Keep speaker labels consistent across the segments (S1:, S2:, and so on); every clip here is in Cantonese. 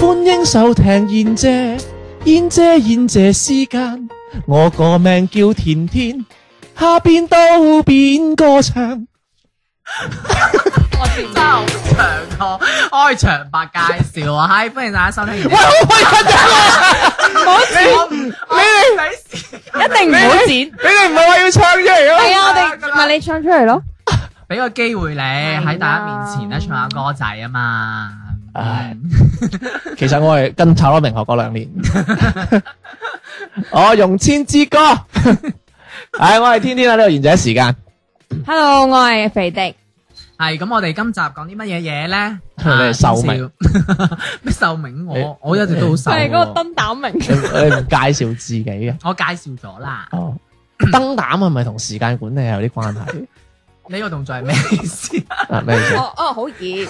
S1: 欢迎收听燕姐，燕姐燕姐时间，我个名叫甜甜，下边都边歌唱。
S2: 我真係好長個開場白介 紹啊！嗨，歡迎大家收聽。喂，
S3: 哎
S2: 好唔好
S3: 哎
S2: 你
S3: 一定唔好剪。
S1: 你哋唔系话要唱出嚟
S3: 係哎啊，我哋咪你唱出嚟咯。
S2: 俾個機會你喺大家面前咧唱下歌仔啊嘛。
S1: 唉其實我係跟炒羅明學 過兩年，我用千之歌。唉、我係天天喺呢度賢者時間。
S3: Hello，我係肥迪。
S2: 係咁，我哋今集講啲乜嘢嘢咧？
S1: 你係壽命
S2: 啊 咩壽命？我我一直都好壽
S3: 係嗰個
S2: 喎。
S3: 燈膽明。
S1: 你你唔介紹自 己嘅？
S2: 我介紹咗啦，
S1: 哦，燈膽係咪同時間管理有啲關係？
S2: 呢個動作係咩意思？
S1: 啊咩意思？
S3: 哦哦，好熱。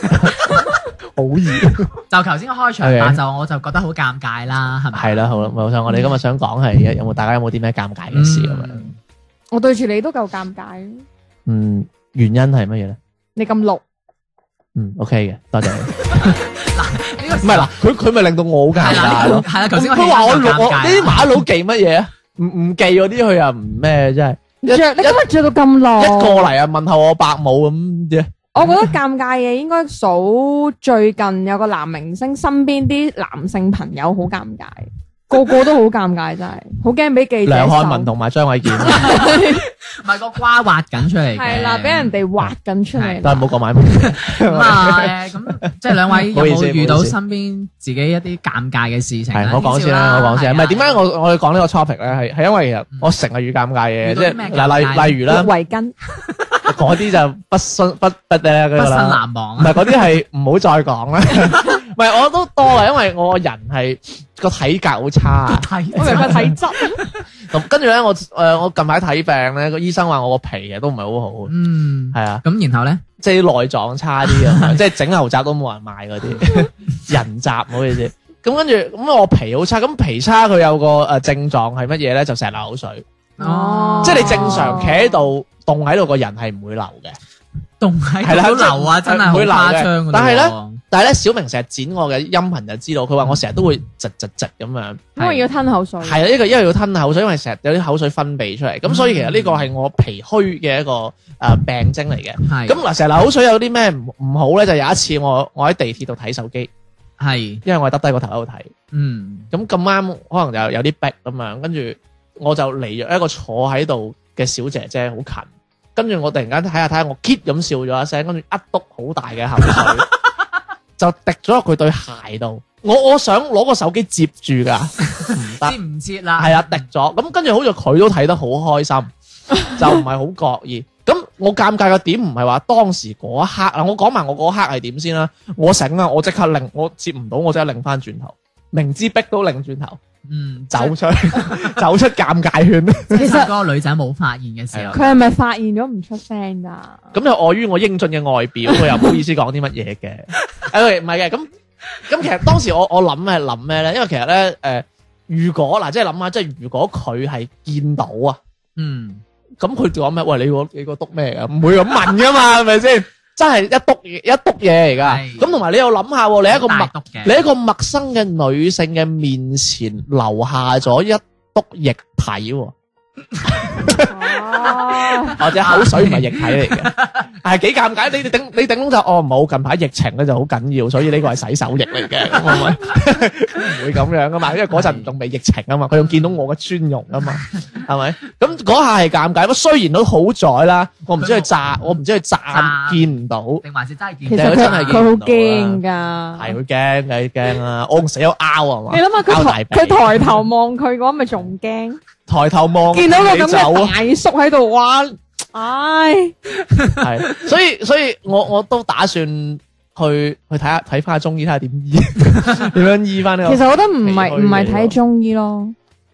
S1: 好易
S2: 就頭先個開場白
S1: OK
S2: 就我就覺得好尷尬啦，係咪？
S1: 係啦，好啦，冇錯。我哋今日想講係有冇大家有冇啲咩尷尬嘅事咁樣？
S2: 嗯
S3: 我對住你都夠尷尬，
S1: 嗯，原因係乜嘢咧？
S3: 你咁綠。
S1: 嗯，OK 嘅，多謝你。
S2: 呢個
S1: 唔係嗱，佢佢咪令到我好尷
S2: 係啦，
S1: 尬
S2: 呢
S1: 咯
S2: 個。係啦，頭
S1: 佢
S2: 先個
S1: 佢話我
S2: 氣氛
S1: 錄
S2: 就尷
S1: 我
S2: 尬
S1: 呢啲馬佬記乜嘢啊？唔唔記嗰啲佢又唔咩真係。
S3: 你
S1: 一
S3: 着你今日着到咁
S1: 一
S3: 綠，
S1: 過嚟啊問候我伯母咁啫。
S3: 我覺得尷尬嘅應該數最近有個男明星身邊啲男性朋友好尷尬，個個都好尷尬，真係好驚俾記者
S1: 梁漢文
S3: 搜
S1: 同埋張 衛健，
S2: 唔係個瓜滑緊出嚟嘅，
S3: 係啦，俾人哋挖緊出嚟
S2: 係。
S1: 但係唔好講埋。
S2: 咁啊 誒咁，即係兩位
S1: 唔
S2: 有
S1: 好意思
S2: 冇遇
S1: 唔
S2: 到
S1: 好意思
S2: 身邊自己一啲尷尬嘅事情啊
S1: 係我講先啦，我講先啦。唔係點解？我我哋講呢個 topic 咧？係係因為其實我成日遇尷尬嘅，
S2: 遇到
S1: 即
S2: 啲
S1: 係
S2: 咩尷
S1: 嗱
S2: 尬
S1: 例例如啦
S3: 綠，圍巾，
S1: 嗰啲就不信不不得
S2: 係
S1: 嗰
S2: 啊不
S1: 啲
S2: 生
S1: 啦。
S2: 難忘
S1: 唔
S2: 啊！
S1: 係嗰啲係唔好再講啦。唔係我都多啦，因為我個人係個體格好差啊。
S2: 係
S3: 我以為個體 質。
S1: 咁跟住咧，我誒、呃我近排睇病咧，個醫生話我個脾啊都唔係好好，
S2: 嗯，
S1: 係啊，
S2: 咁然後咧，
S1: 即係啲內臟差啲啊，即係整牛雜都冇人買嗰啲 人雜唔好意思。咁跟住咁我脾好差，咁脾差佢有個誒症狀係乜嘢咧？就成日流口水，
S2: 哦
S1: 即係你正常企喺度凍喺度，個人係唔會流嘅。
S2: 凍喺
S1: 係啦
S2: 度流啊，
S1: 即係
S2: 真係好
S1: 會流嘅
S2: 誇張㗎
S1: 但係咧
S2: 喎
S1: 但係咧，小明成日剪我嘅音頻就知道，佢話我成日都會窒窒窒咁樣。
S3: 因為要吞口水。
S1: 係啊，呢個因為要吞口水，因為成日有啲口水分泌出嚟，咁所以其實呢個係我脾虛嘅一個誒、呃病徵嚟嘅。
S2: 係
S1: 咁嗱，成日流口水有啲咩唔唔好咧？就有一次我我喺地鐵度睇手機，
S2: 係
S1: 因為我係耷低個頭喺度睇，
S2: 嗯
S1: 咁咁啱可能就有啲逼咁樣，跟住我就離約一個坐喺度嘅小姐姐好近，跟住我突然間睇下睇下，我 k 咁笑咗一聲，跟住一督好大嘅口水，就滴咗落佢對鞋度。我我想攞個手機接住㗎，唔得
S2: 知。唔切啦，
S1: 係啊，滴咗。咁跟住好似佢都睇得好開心，就唔係好覺意。咁我尷尬嘅點唔係話當時嗰一刻啊，我講埋我嗰一刻係點先啦。我醒啦，我即刻擰，我接唔到，我即刻擰翻轉頭，明知逼都擰轉頭，
S2: 嗯，
S1: 走出去走出尷尬圈。
S2: 其
S3: 其實
S2: 實嗰個女仔冇發現嘅時候，
S3: 佢係咪發現咗唔出聲 㗎？
S1: 咁就礙於我英俊嘅外表，佢又唔好意思講啲乜嘢嘅。誒唔係嘅，咁咁其實當時我我諗係諗咩咧？因為其實咧誒、如果嗱，即係諗下，即係如果佢係見到啊。
S2: 嗯，
S1: 咁佢就講咩？喂，你個你個篤咩㗎？唔會咁問 噶嘛，係咪先？真係一篤嘢一篤嘢嚟
S2: 係
S1: 噶。咁同埋你又諗下喎，你一個
S2: 大
S1: 陌
S2: 篤嘅，
S1: 你一個陌生嘅女性嘅面前留下咗一篤液體喎，
S3: 哦，
S1: 或者口水唔係液體 嚟嘅，係幾尷尬。你哋頂你頂籠就哦冇，近排疫情咧就好緊要，所以呢個係洗手液嚟嘅，咁係咪？唔會咁樣噶嘛，因為嗰陣仲未疫情啊嘛，佢仲見到我嘅尊容 啊嘛，係咪？咁嗰下係尷尬，不過雖然都好在啦，我唔知佢炸，我唔知佢炸
S2: 炸
S1: 見唔到，係
S2: 定還是真係見
S3: 其
S2: 到
S3: 實
S1: 佢
S3: 佢
S1: 真係
S3: 佢
S1: 見
S3: 好
S1: 唔
S3: 驚
S1: 到佢
S3: 㗎。
S1: 驚嘅驚啊！我唔死有拗啊嘛
S3: 你，諗下佢
S1: 交
S3: 抬
S1: 大髀
S3: 佢抬頭望佢嗰，咪仲驚？
S1: 抬頭望
S3: 見到個
S1: 你
S3: 咁
S1: 走
S3: 嘅
S1: 啊，
S3: 大叔喺度，哇！唉，
S1: 系，所以所以我我都打算去去睇下睇翻中醫，睇下點 醫，點樣醫翻呢個。
S3: 其實我覺得唔係
S1: 唏噓
S3: 唔係
S1: 嘅
S3: 睇中醫咯，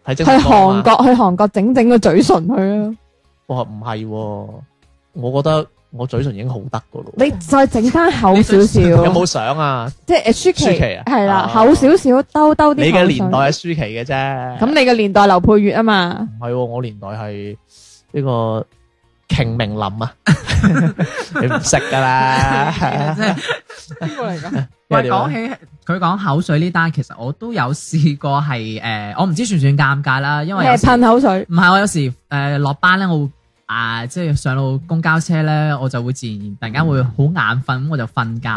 S1: 睇
S3: 去
S1: 精神科啊
S3: 韓
S1: 嘛，
S3: 國去韓國整整個嘴唇去咯，
S1: 我話唔係喎，我覺得我嘴唇已經好得噶咯。
S3: 你再整翻厚少少，
S1: 有冇相啊？
S3: 即係舒淇
S1: 舒淇啊
S3: 係啦
S1: 啊，
S3: 厚少少兜兜啲。
S1: 你嘅年代係舒淇嘅啫，
S3: 咁你嘅年代劉佩玥啊嘛，
S1: 唔係喎，我年代係呢個瓊明 林啊，你唔識噶啦。
S3: 邊個嚟㗎？
S2: 喂，講起佢講口水呢單，其實我都有試過係誒、呃我唔知算唔算尷尬啦，因為
S3: 你
S2: 有
S3: 係
S2: 時
S3: 噴口水，
S2: 唔係我有時誒落、班咧，我會啊、即係上到公交車咧，我就會自然突然間會好眼瞓，咁我就瞓覺。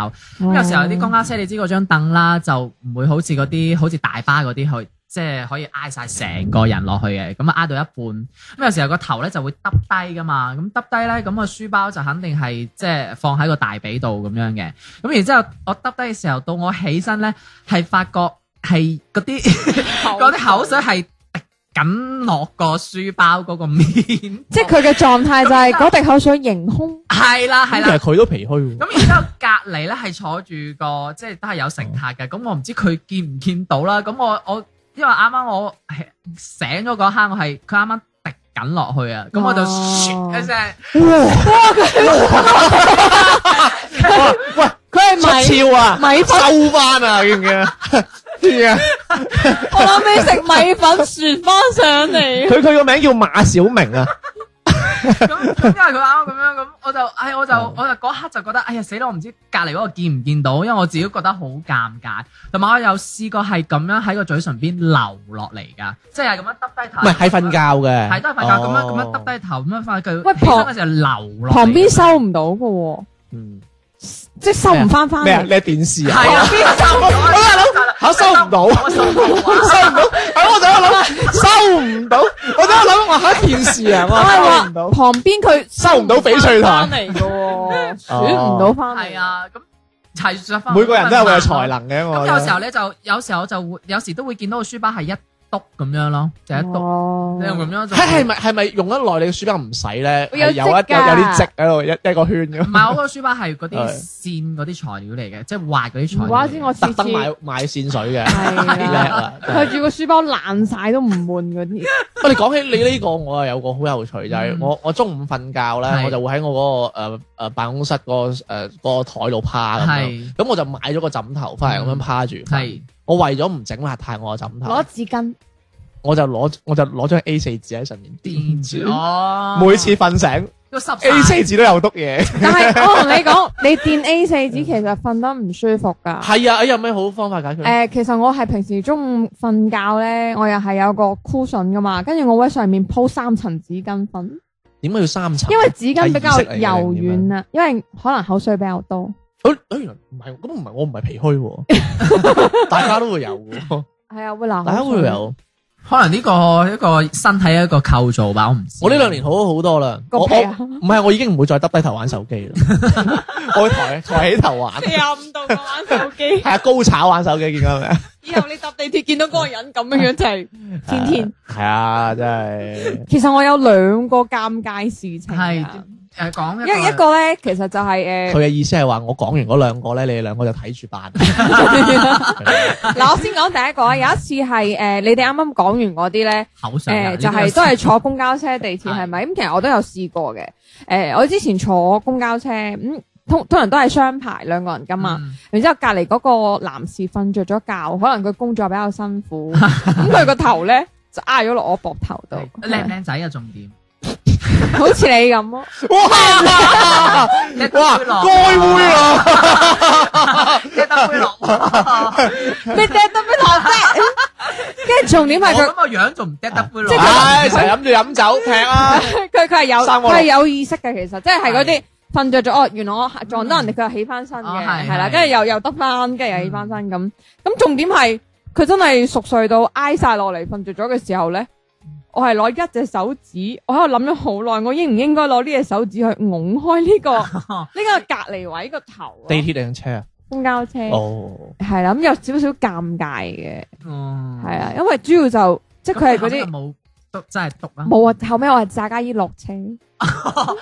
S2: 咁有時候有啲公交車，你知嗰張凳啦，就唔會好似嗰啲好似大巴嗰啲去，即係可以挨晒成個人落去嘅，咁啊挨到一半，咁有時候個頭咧就會耷低噶嘛，咁耷低咧，咁個書包就肯定係即係放喺個大髀度咁樣嘅，咁然之後我耷低嘅時候，到我起身咧係發覺係嗰啲 嗰啲口水係滴緊落個書包嗰個面，
S3: 即係佢嘅狀態就係嗰滴口水迎胸，
S2: 係啦係
S1: 咁
S2: 啦
S1: 其。實佢都脾虛喎。
S2: 咁然之後隔離咧係坐住個即係都係有乘客
S3: 嗯
S2: 嘅，咁我唔知佢見唔見到啦。咁我我因為啱啱我係醒咗嗰刻，我係佢啱啱滴緊落去啊，咁我就
S3: 哦
S2: 噓一聲，
S3: 佢
S1: 出
S3: 係米
S1: 超啊，
S3: 米粉，
S1: 收翻 啊，知唔知啊？知唔知啊？
S3: 我諗你食米粉旋翻上嚟。
S1: 佢佢個名叫馬小明啊。
S2: 咁咁因為佢啱啱咁樣，咁我就唉，我就
S3: 嗯
S2: 我就嗰刻就覺得哎呀死啦！我唔知隔離嗰個見唔見到，因為我自己覺得好尷尬，同埋我有試過係咁樣喺個嘴唇邊流落嚟㗎，即係咁樣耷低頭，
S1: 唔係係瞓覺嘅，
S2: 係都係瞓覺咁樣
S1: 哦
S2: 咁樣耷低頭咁樣瞓佢
S3: 喂
S2: 起身
S3: 旁
S2: 嘅時候流落嚟
S3: 旁邊收唔到嘅喎，
S1: 嗯
S3: 即係收唔翻翻
S1: 咩啊？
S3: 嚟
S1: 你。係電視
S2: 嗯
S1: 啊？
S2: 係啊，邊收唔到
S1: 嚇收唔到，
S2: 我收唔到啊！
S1: 收唔到，係我就喺度諗收唔到，我就喺度諗我嚇電視啊，
S3: 我
S1: 我
S3: 係
S1: 收唔到
S2: 哦
S3: 話，旁邊佢
S1: 收唔到翡翠
S3: 翻
S1: 台，
S3: 嚟嘅喎，選唔到翻嚟。
S2: 係，啊，咁齊着翻
S1: 每個人都有佢嘅才。能嘅，我
S2: 啊咁
S1: 覺得
S2: 有時候咧，就有時候我就會，有時都會見到個書包係一篤咁樣咯，就一篤，
S3: 哦
S2: 你用咁樣就
S1: 係係咪係咪用得耐你嘅書包唔使咧？
S3: 會有
S1: 係有一有有
S3: 積㗎
S1: 啲積喺度一一個圈
S2: 唔
S1: 咁。
S2: 係我個書包係嗰啲
S1: 係
S2: 線嗰啲材料嚟嘅，即係滑嗰啲材料嚟嘅。
S3: 唔怪之我次
S2: 嗯
S1: 特
S3: 次
S1: 登
S3: 係
S1: 買買線水嘅，
S2: 啊
S1: 叻
S3: 啦，
S1: 啦！啊真係
S3: 佢住個書包爛晒都唔換嗰啲。
S1: 喂，你講起你呢個，我又有個好有趣，就係
S2: 嗯
S1: 我我中午瞓覺咧，
S2: 係
S1: 我就會喺我嗰個呃誒誒辦公室嗰個誒嗰個台度趴咁樣
S2: 係，
S1: 咁我就買咗個枕頭翻嚟咁樣趴住。
S2: 係
S1: 我為咗唔整邋遢我個枕頭
S3: 攞，紙巾，
S1: 我就攞我就攞張 A 四紙喺上面
S2: 墊
S1: 墊
S2: 住
S1: 住，
S2: 哦，
S1: 每次瞓醒
S2: 都濕
S1: A 四
S2: 晒。
S1: 紙都有篤嘢。
S3: 但係我同你講，你墊 A 四紙其實瞓得唔舒服㗎。
S1: 係啊，哎有咩好方法解決？
S3: 誒，其實我係平時中午瞓覺咧，我又係有個 cushion 噶嘛，跟住我喺上面鋪三層紙巾瞓，
S1: 點解要三層？
S3: 因為紙巾比較
S1: 啊係儀式嚟嘅
S3: 柔軟啦，因為可能口水比較多。
S1: 誒誒原來唔係，咁唔係我唔係脾虛喎，大家都會有嘅，
S3: 係啊，會流口水。
S1: 大家會有。
S2: 可能呢個一個身體一個構造吧，我唔知。
S1: 我呢兩年好好多啦，
S3: 個
S1: 我
S3: 屁啊
S1: 我唔係我已經唔會再耷低頭玩手機 啦，我會抬抬起頭玩，係
S3: 廿五度玩手機，
S1: 啊高炒玩手機見過未啊？
S3: 以後你搭地鐵見到嗰個人咁樣樣就 係天天。
S1: 係啊，真係
S3: 其實我有兩個尷尬事情
S2: 係
S3: 㗎，
S2: 誒講
S3: 啊一一個咧其實就係
S1: 啊佢嘅意思係話我講完嗰兩個咧，你哋兩個就睇住辦，
S3: 誒嗱，我先講第一個啊，有一次係誒你哋啱啱講完嗰啲咧。
S2: 口
S3: 誒、
S2: 水啊，
S3: 就係、都係坐公交車、地鐵係咪？咁其實我都有試過嘅。誒、我之前坐公交車，咁、通通常都係雙排兩個人噶嘛。
S2: 嘛，
S3: 然之後隔離嗰個男士瞓着咗覺，可能佢工作比較辛 苦，咁佢個頭咧就挨咗落我膊頭度，
S2: 靚唔靚仔啊？重點。
S3: 好似你咁 咯。
S1: 哇哇 該會啊！
S2: 一得杯落，
S3: 你掟得俾我啫？ 跟住重點
S2: 我
S3: 係
S2: 咁
S3: 佢
S2: 個樣仲唔得得杯落，
S1: 唉，成日飲住飲酒劈 啊！
S3: 佢佢係有
S1: 生我
S3: 佢係有意識嘅，其實即係係嗰
S2: 係
S3: 啲。瞓着咗，哦，原來我撞到人哋，佢又起翻身
S2: 哦
S3: 嘅，
S2: 係
S3: 係啦，
S2: 係
S3: 跟住又又得翻，跟住又起翻身咁。咁重點係佢真係熟睡到挨晒落嚟，瞓着咗嘅時候咧，我係攞一隻手指，我喺度諗咗好耐，我應唔應該攞呢隻手指去拱開呢個呢個隔離位個頭
S1: 地
S3: 咯？
S1: 鐵定車啊？
S3: 公交車
S1: 哦，
S3: 係啦，咁有少少尷尬嘅，
S2: 嗯
S3: à. 係啊，因為主要就即係佢係嗰啲
S2: 冇篤真係篤啊！
S3: 冇啊，後尾我係炸家姨落車，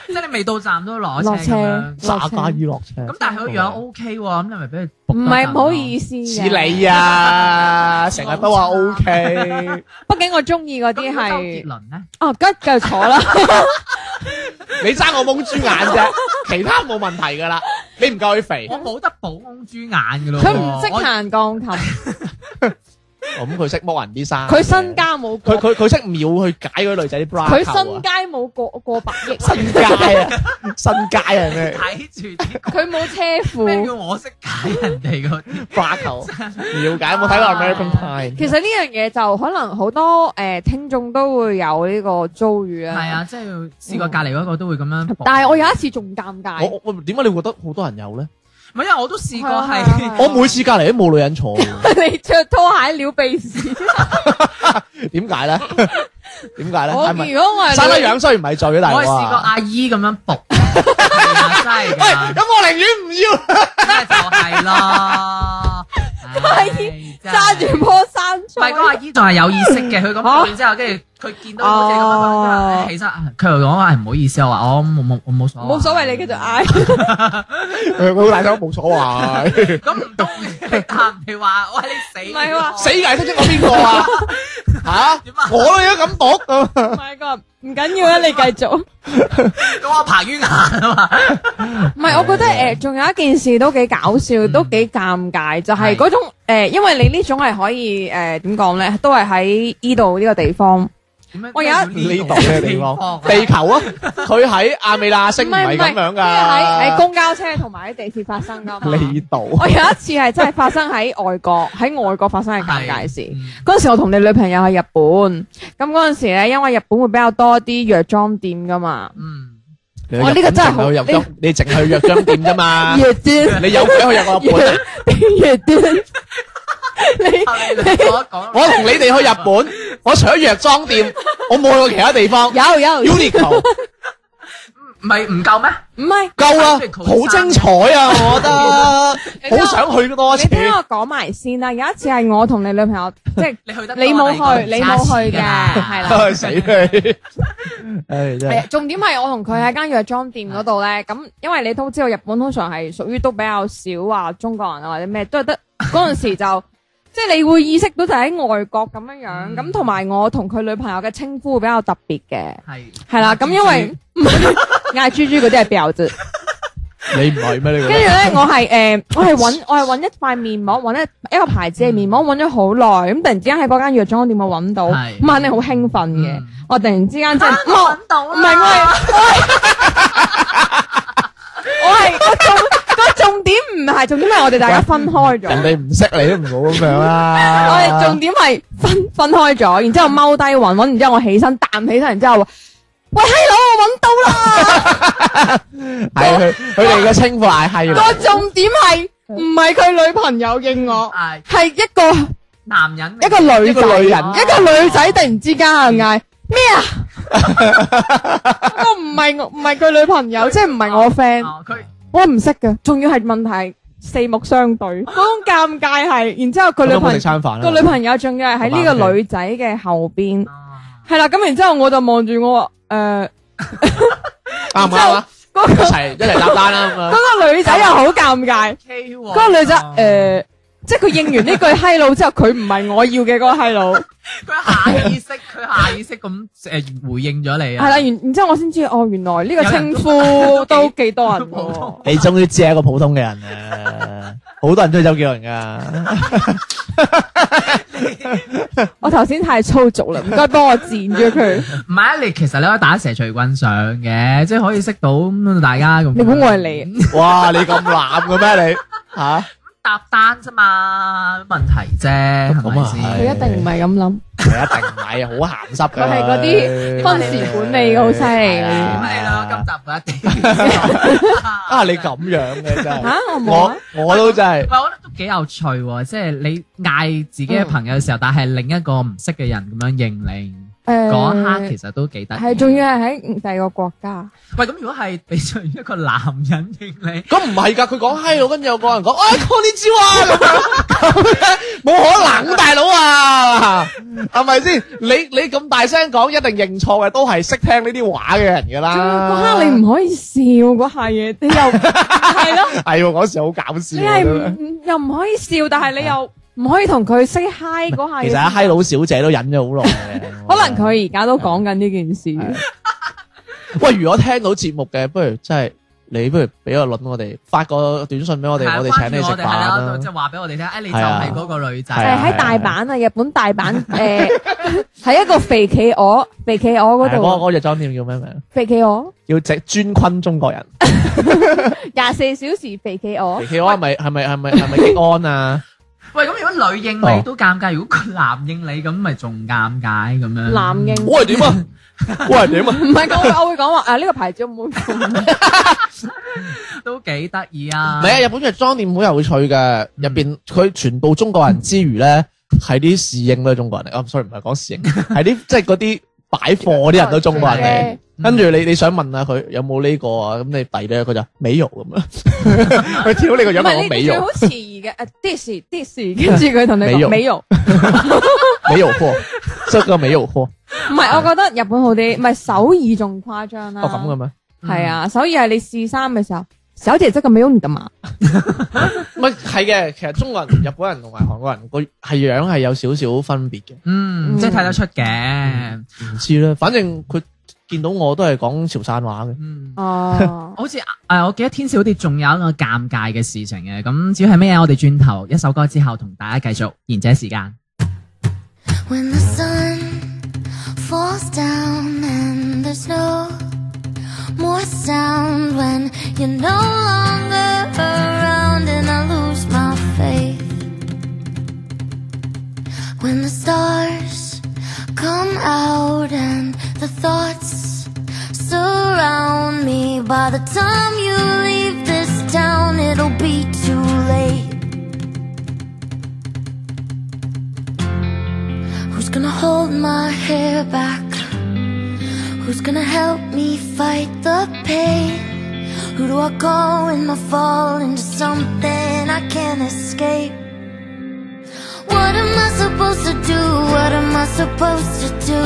S2: 即係你未到站都攞
S3: 落
S2: 車
S3: 車
S2: 咁樣。
S3: 落
S1: 沙加
S3: 車
S1: 伊落車。
S2: 咁但係佢樣 O K 喎，咁你咪俾佢
S3: 唔係唔好意
S2: 思。
S3: 思
S1: 似
S3: 嘅，
S1: 你啊，成日都話 O
S3: 啊
S1: K，
S3: 畢竟我中意嗰啲
S2: 咁周杰
S3: 係
S2: 倫咧，
S3: 啊，跟繼續坐啦。
S1: 你爭我蒙豬眼 啫，其他冇問題噶啦，你唔夠佢肥，哦
S2: 我冇得補翁豬眼嘅咯喎。
S3: 佢唔識彈鋼琴，
S1: 咁佢識摸人啲衫，
S3: 佢身，家冇
S1: 佢
S3: 過，
S1: 佢佢識秒去解嗰啲女仔啲 bra，
S3: 佢
S1: 扣啊
S3: 身家冇過過百億，
S1: 身 家啊，身家啊咩
S2: 睇住啲
S3: 佢冇車
S2: 咩
S3: 庫。
S2: 叫我識解人哋嗰啲
S1: bra 扣，了解有冇睇
S3: 啊
S1: 過 American Pie？
S3: 其實呢樣嘢就可能好多誒聽眾都會有呢個遭遇啊。
S2: 係啊，即係試過隔離嗰個都會咁樣搏。
S3: 但係我有一次仲尷尬，
S1: 我我點解你會覺得好多人有咧？
S2: 唔係因為我都試過
S3: 係啊係啊
S2: 係
S3: 係啊
S1: 我每次隔離都冇女人坐 喎，
S3: 你着拖鞋撩鼻屎，
S1: 點解咧？ 點解咧？
S3: 我
S1: 係
S3: 如
S1: 咪
S3: 果我
S1: 生得
S3: 係
S1: 樣衰唔係罪啊，大
S2: 我係
S1: 佬
S2: 試過
S1: 啊！
S2: 阿姨咁樣搏，係啊真係
S1: 喂，
S2: 㗎
S1: 咁，我寧願唔要。
S2: 真係 就係咯。
S3: 阿姨揸
S2: 唉真係
S3: 住棵生
S2: 唔係，嗰個
S3: 菜
S2: 阿，姨仲係有意識嘅，佢咁講完之後，跟住佢見到好似咁樣佢話
S3: 哦
S2: 起身，啊佢又講話唔好意思，我話我冇冇我冇所謂
S3: 冇所謂，你繼續。 嗌。
S1: 佢好大聲，冇所謂。
S2: 咁唔通你答人哋話喂你死？
S3: 唔係話
S1: 死捱識識我邊個啊？吓
S2: 點啊？
S1: 我都而家咁搏咁。
S3: 唔係個唔緊要啊，你繼續。
S2: 咁我彭于晏啊嘛，
S3: 唔係，我覺得誒，仲、有一件事都幾搞笑，
S2: 嗯
S3: 都幾尷尬，就係、
S2: 係
S3: 嗰種誒、因為你呢種係可以誒點講咧，都係喺依度呢個地方。唔
S2: 點 樣
S3: 我有一
S1: 呢度嘅地
S2: Ờ.
S1: 方，地球啊，佢喺亞美那星唔係咁樣
S3: 即係喺喺
S1: 噶。
S3: 公交車同埋喺地鐵發生 噶嘛。
S1: 呢度
S3: 我有一次係真係發生喺外國，喺外國發生嘅尷尬事。
S2: 嗯
S3: 嗰陣時我同你女朋友去日本，咁嗰陣時咧，因為日本會比較多啲藥妝店噶嘛。
S2: 嗯，
S3: 哇呢個真係好
S1: 你入咗，你淨係去藥妝店啫嘛。
S3: 藥店，
S1: 你有幾去日本啊？
S3: 藥店，你。
S2: 後嚟你講一講，
S1: 我同你哋去日本，我除咗藥妝店，我冇去過其他地方。
S3: 有有，
S1: Uniqlo
S2: 唔係唔夠咩？
S3: 唔係
S1: 夠啦，好精彩啊！我覺得好想去多一
S3: 你
S1: 次。
S3: 聽我講埋先啦，有一次係我同你女朋友，即係
S2: 你去得
S3: 你冇去，你冇去嘅，係啦。
S1: 唉死佢！唉，真
S3: 係
S1: 係
S3: 啊，重點係我同佢喺間藥妝店嗰度咧，咁因為你都知道日本通常係屬於都比較少話中國人啊或者咩，都係得嗰陣時就即係你會意識到就喺外國咁樣樣，咁同埋我同佢女朋友嘅稱呼會比較特別嘅，
S2: 係
S3: 係啦，
S2: 啊
S3: 咁因為 嗌豬豬嗰啲係婊子。
S1: 你唔係咩？你覺
S3: 跟住
S1: 得
S3: 咧，我係誒、我係揾我係揾一塊面膜，揾一一個牌子嘅面膜，揾咗好耐，咁突然之間喺嗰間藥妝店我揾到，
S2: 係
S3: 咁肯定好興奮嘅。
S2: 嗯
S3: 我突然之間真係，我揾到唔係我係我係我係個重個重點唔係重點係我哋大家分開
S1: 人
S3: 咗，
S1: 哋唔識你都唔好咁樣
S3: 我哋
S1: 啦。
S3: 重點係分分開咗，然之後踎低揾揾，然之後我起身彈起身，然之後話：喂，閪 佬，我揾到啦！
S1: 係佢佢哋嘅稱呼係閪佬
S3: 個重點係唔係佢女朋友應我，
S2: 係
S3: 係一個。
S2: 男人
S3: 一個女
S1: 一個女人嗯
S3: 一個女仔突然之間嗌咩 啊？我唔係我唔係佢女朋友，即係唔係我 friend，
S2: 哦佢
S3: 我唔識嘅。仲要係問題四目相對，嗰種尷尬係，然之後佢
S1: 佢
S3: 女
S1: 哦都冇啊
S3: 朋
S1: 食餐飯啦。
S3: 個女朋友仲要係喺呢個女仔嘅後邊，
S1: 哦
S2: 啊
S3: 係啦。咁然之後我就望住我話誒，
S1: 啱唔啱啊？
S3: 嗰
S1: 一
S3: 個
S1: 齊一齊搭單啦咁 啊！
S3: 嗰個女仔又好尷尬，
S1: 哦
S2: ，K 喎，
S3: 嗰個女仔誒。即係佢應完呢句 閪佬之後，佢唔係我要嘅嗰個閪佬，係
S2: 佢下意識，佢下意識咁誒回應咗你啊，
S3: 啦，然然之後我先知哦，原來呢個稱呼都幾多人
S2: 普
S3: 喎
S2: 通。
S1: 你終於知係一個普通嘅人啊！好多人追周杰倫噶，
S3: 我頭先太粗俗啦，唔該幫我剪咗佢。
S2: 唔係啊，你其實你可以打蛇隨棍上嘅，即係可以識到咁大家咁。
S3: 你估我係你
S1: 哇！你咁濫嘅咩你吓？
S2: 搭單啫嘛，問題啫，係咪
S1: 咁啊
S3: 佢
S1: 係
S2: 先？
S3: 一定唔係咁諗，
S1: 佢一定唔係好鹹濕嘅。
S3: 佢係嗰啲分時管理嘅好犀利嘅
S2: 咁
S1: 係
S2: 係
S1: 啊
S2: 咯，今集嘅一定
S1: 啊！你咁樣嘅真係
S3: 嚇我冇
S1: 我
S3: 啊
S1: 我都真係
S2: 唔。係，我覺得都幾有趣喎！即係你嗌自己嘅朋友嘅時候，但係另一個唔識嘅人咁樣應你，
S3: 诶
S2: 嗰一刻其實都幾得意。
S3: 系，仲要係喺第二個國家，
S2: 喂，咁如果係俾咗一個男人應你，
S1: 咁唔係㗎，佢講嗨佬，跟住有個人講，哎，講呢招啊，咁樣咁樣 冇可能，大佬啊，係咪先？你你咁大聲講，一定認錯嘅，都係識聽呢啲話嘅人㗎
S3: 仲要嗰
S1: 啦。
S3: 刻你唔可以笑嗰下嘢， 你又係咯，
S1: 係喎，嗰時好搞笑
S3: 你
S1: 啊。
S3: 係
S1: 真係
S3: 唔又唔可以笑，但係你又唔可以同佢 say hi 嗰下嘢。
S1: 其實阿嗨佬小姐都忍咗好耐嘅
S3: 可能佢而家都講緊呢件事，
S1: 喂，如果聽到節目嘅，不如真係你不如俾個論我哋，發個短信俾我哋，
S2: 係啊
S1: 我哋請
S2: 關
S1: 你
S2: 注
S1: 食
S2: 我
S1: 飯
S2: 哋係啦，
S1: 啦
S2: 即。係話俾我哋聽，誒你就
S1: 係啊
S2: 係嗰個女
S3: 就
S1: 係
S3: 係
S1: 啊
S2: 仔。
S3: 喺大阪啊，日本大阪诶，係一個肥企鵝，肥企鵝嗰
S1: 係啊嗰
S3: 度，
S1: 嗰隻裝店叫咩名？
S3: 肥企鵝
S1: 要隻專坤 中國人。
S3: 廿四小時肥企鵝。
S1: 奇哦安係咪係咪係咪係咪激安啊？
S2: 喂，咁如果女應
S1: 哦
S2: 你都尷尬，如果個男應你咁，咪仲尷尬咁
S1: 嗯
S2: 樣。
S3: 男應
S1: 我係點啊？ 我係點啊？
S3: 唔係我會我會講話啊呢個牌子我 冇。
S2: 都幾得意啊！
S1: 唔係啊！日本嘅裝店好有趣嘅，入邊佢全部中國人之餘咧，係啲侍應都係中國人嚟。啊，sorry，唔係講 侍應，係啲即係嗰啲擺貨啲人都中國人嚟。跟住你你想問下佢有冇呢個啊？咁你遞俾佢佢就美容咁樣， 佢挑你個樣
S3: 唔係
S1: 係
S3: 你
S1: 我美
S3: 你最
S1: 容
S3: 好遲疑嘅，誒 dis dis，跟住佢同你
S1: 美
S3: 講
S1: 容
S3: 美容，
S1: 美容 貨，即係個美容貨。哦
S3: 唔係我覺得日本好啲，唔係首爾仲誇張啦。
S1: 哦咁嘅嗯咩？
S3: 係啊，首爾係你試衫嘅時候，小姐即咁美容你㗎嘛？
S1: 唔係係嘅，其實中國人、日本人同埋韓國人個係樣係有少少分別嘅。
S2: 嗯，即係睇得出嘅。
S1: 唔知啦，反正佢見到我都係講潮汕話嘅。
S2: 嗯。，
S3: 哦
S2: 好似誒、呃我記得天小跌仲有一個尷尬嘅事情嘅，咁至於係咩嘢？我哋轉頭一首歌之後同大家繼續賢者時間。
S4: When the sun falls down and there's no more sound when you're no longer around and I lose my faith. When the stars come out and the thoughts surround me, by the time you leave this town, it'll be too late. Who's gonna hold my hair back? Who's gonna help me fight the pain? Who do I call when I fall into something I can't escape? What am I supposed to do? What am I supposed to do?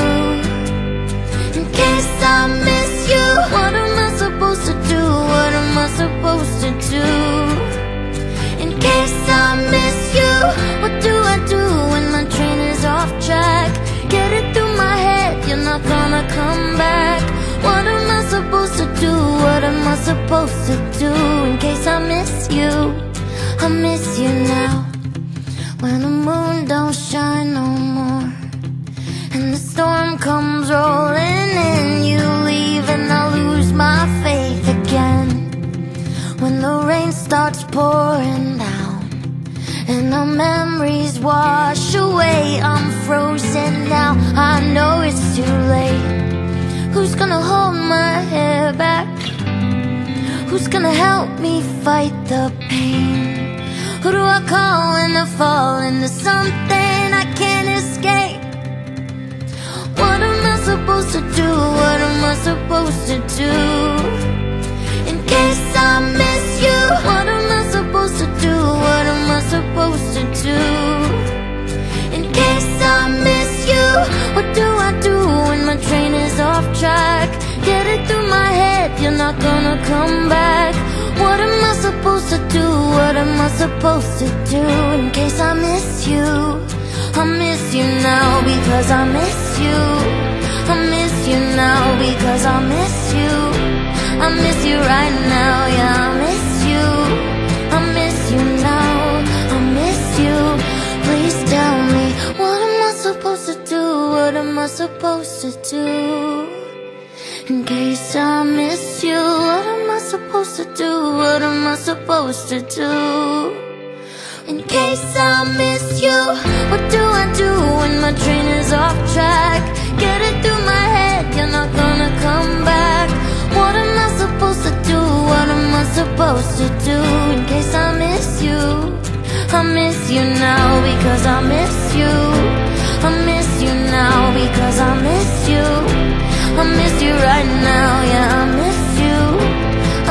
S4: In case I miss you, what am I supposed to do? What am I supposed to do? In case I miss you, what do I do when my train is off track? Get it through my head, you're not gonna come back. What am I supposed to do? What am I supposed to do in case I miss you? I miss you now. When the moon don't shine no more, and the storm comes rolling in, you leave and I lose my faith again. When the rain starts pouring down and our memories wash away, I'm frozen now. I know it's too late. Who's gonna hold my hair back? Who's gonna help me fight the pain? Who do I call when I fall into something I can't escape? What am I supposed to do? What am I supposed to do? In case I miss you, what am I supposed to do? What am I supposed to do? In case I miss you, what do I do when my train is off track? Get it through my head, you're not gonna come back. What am I supposed to do? What am I supposed to do? In case I miss you, I miss you now because I miss you. I miss you now because I miss you. I miss you right now, yeah, I miss you. I miss you now, I miss you. Please tell me, what am I supposed to do? What am I supposed to do? In case I miss you, what am I supposed to do? What am I supposed to do? In case I miss you, what do I do when my train is off track? Get it through my head, you're not gonna come back. What am I supposed to do? What am I supposed to do? In case I miss you, I miss you now because I miss you. I miss you now now because I miss you. I miss you right now, yeah, I miss you.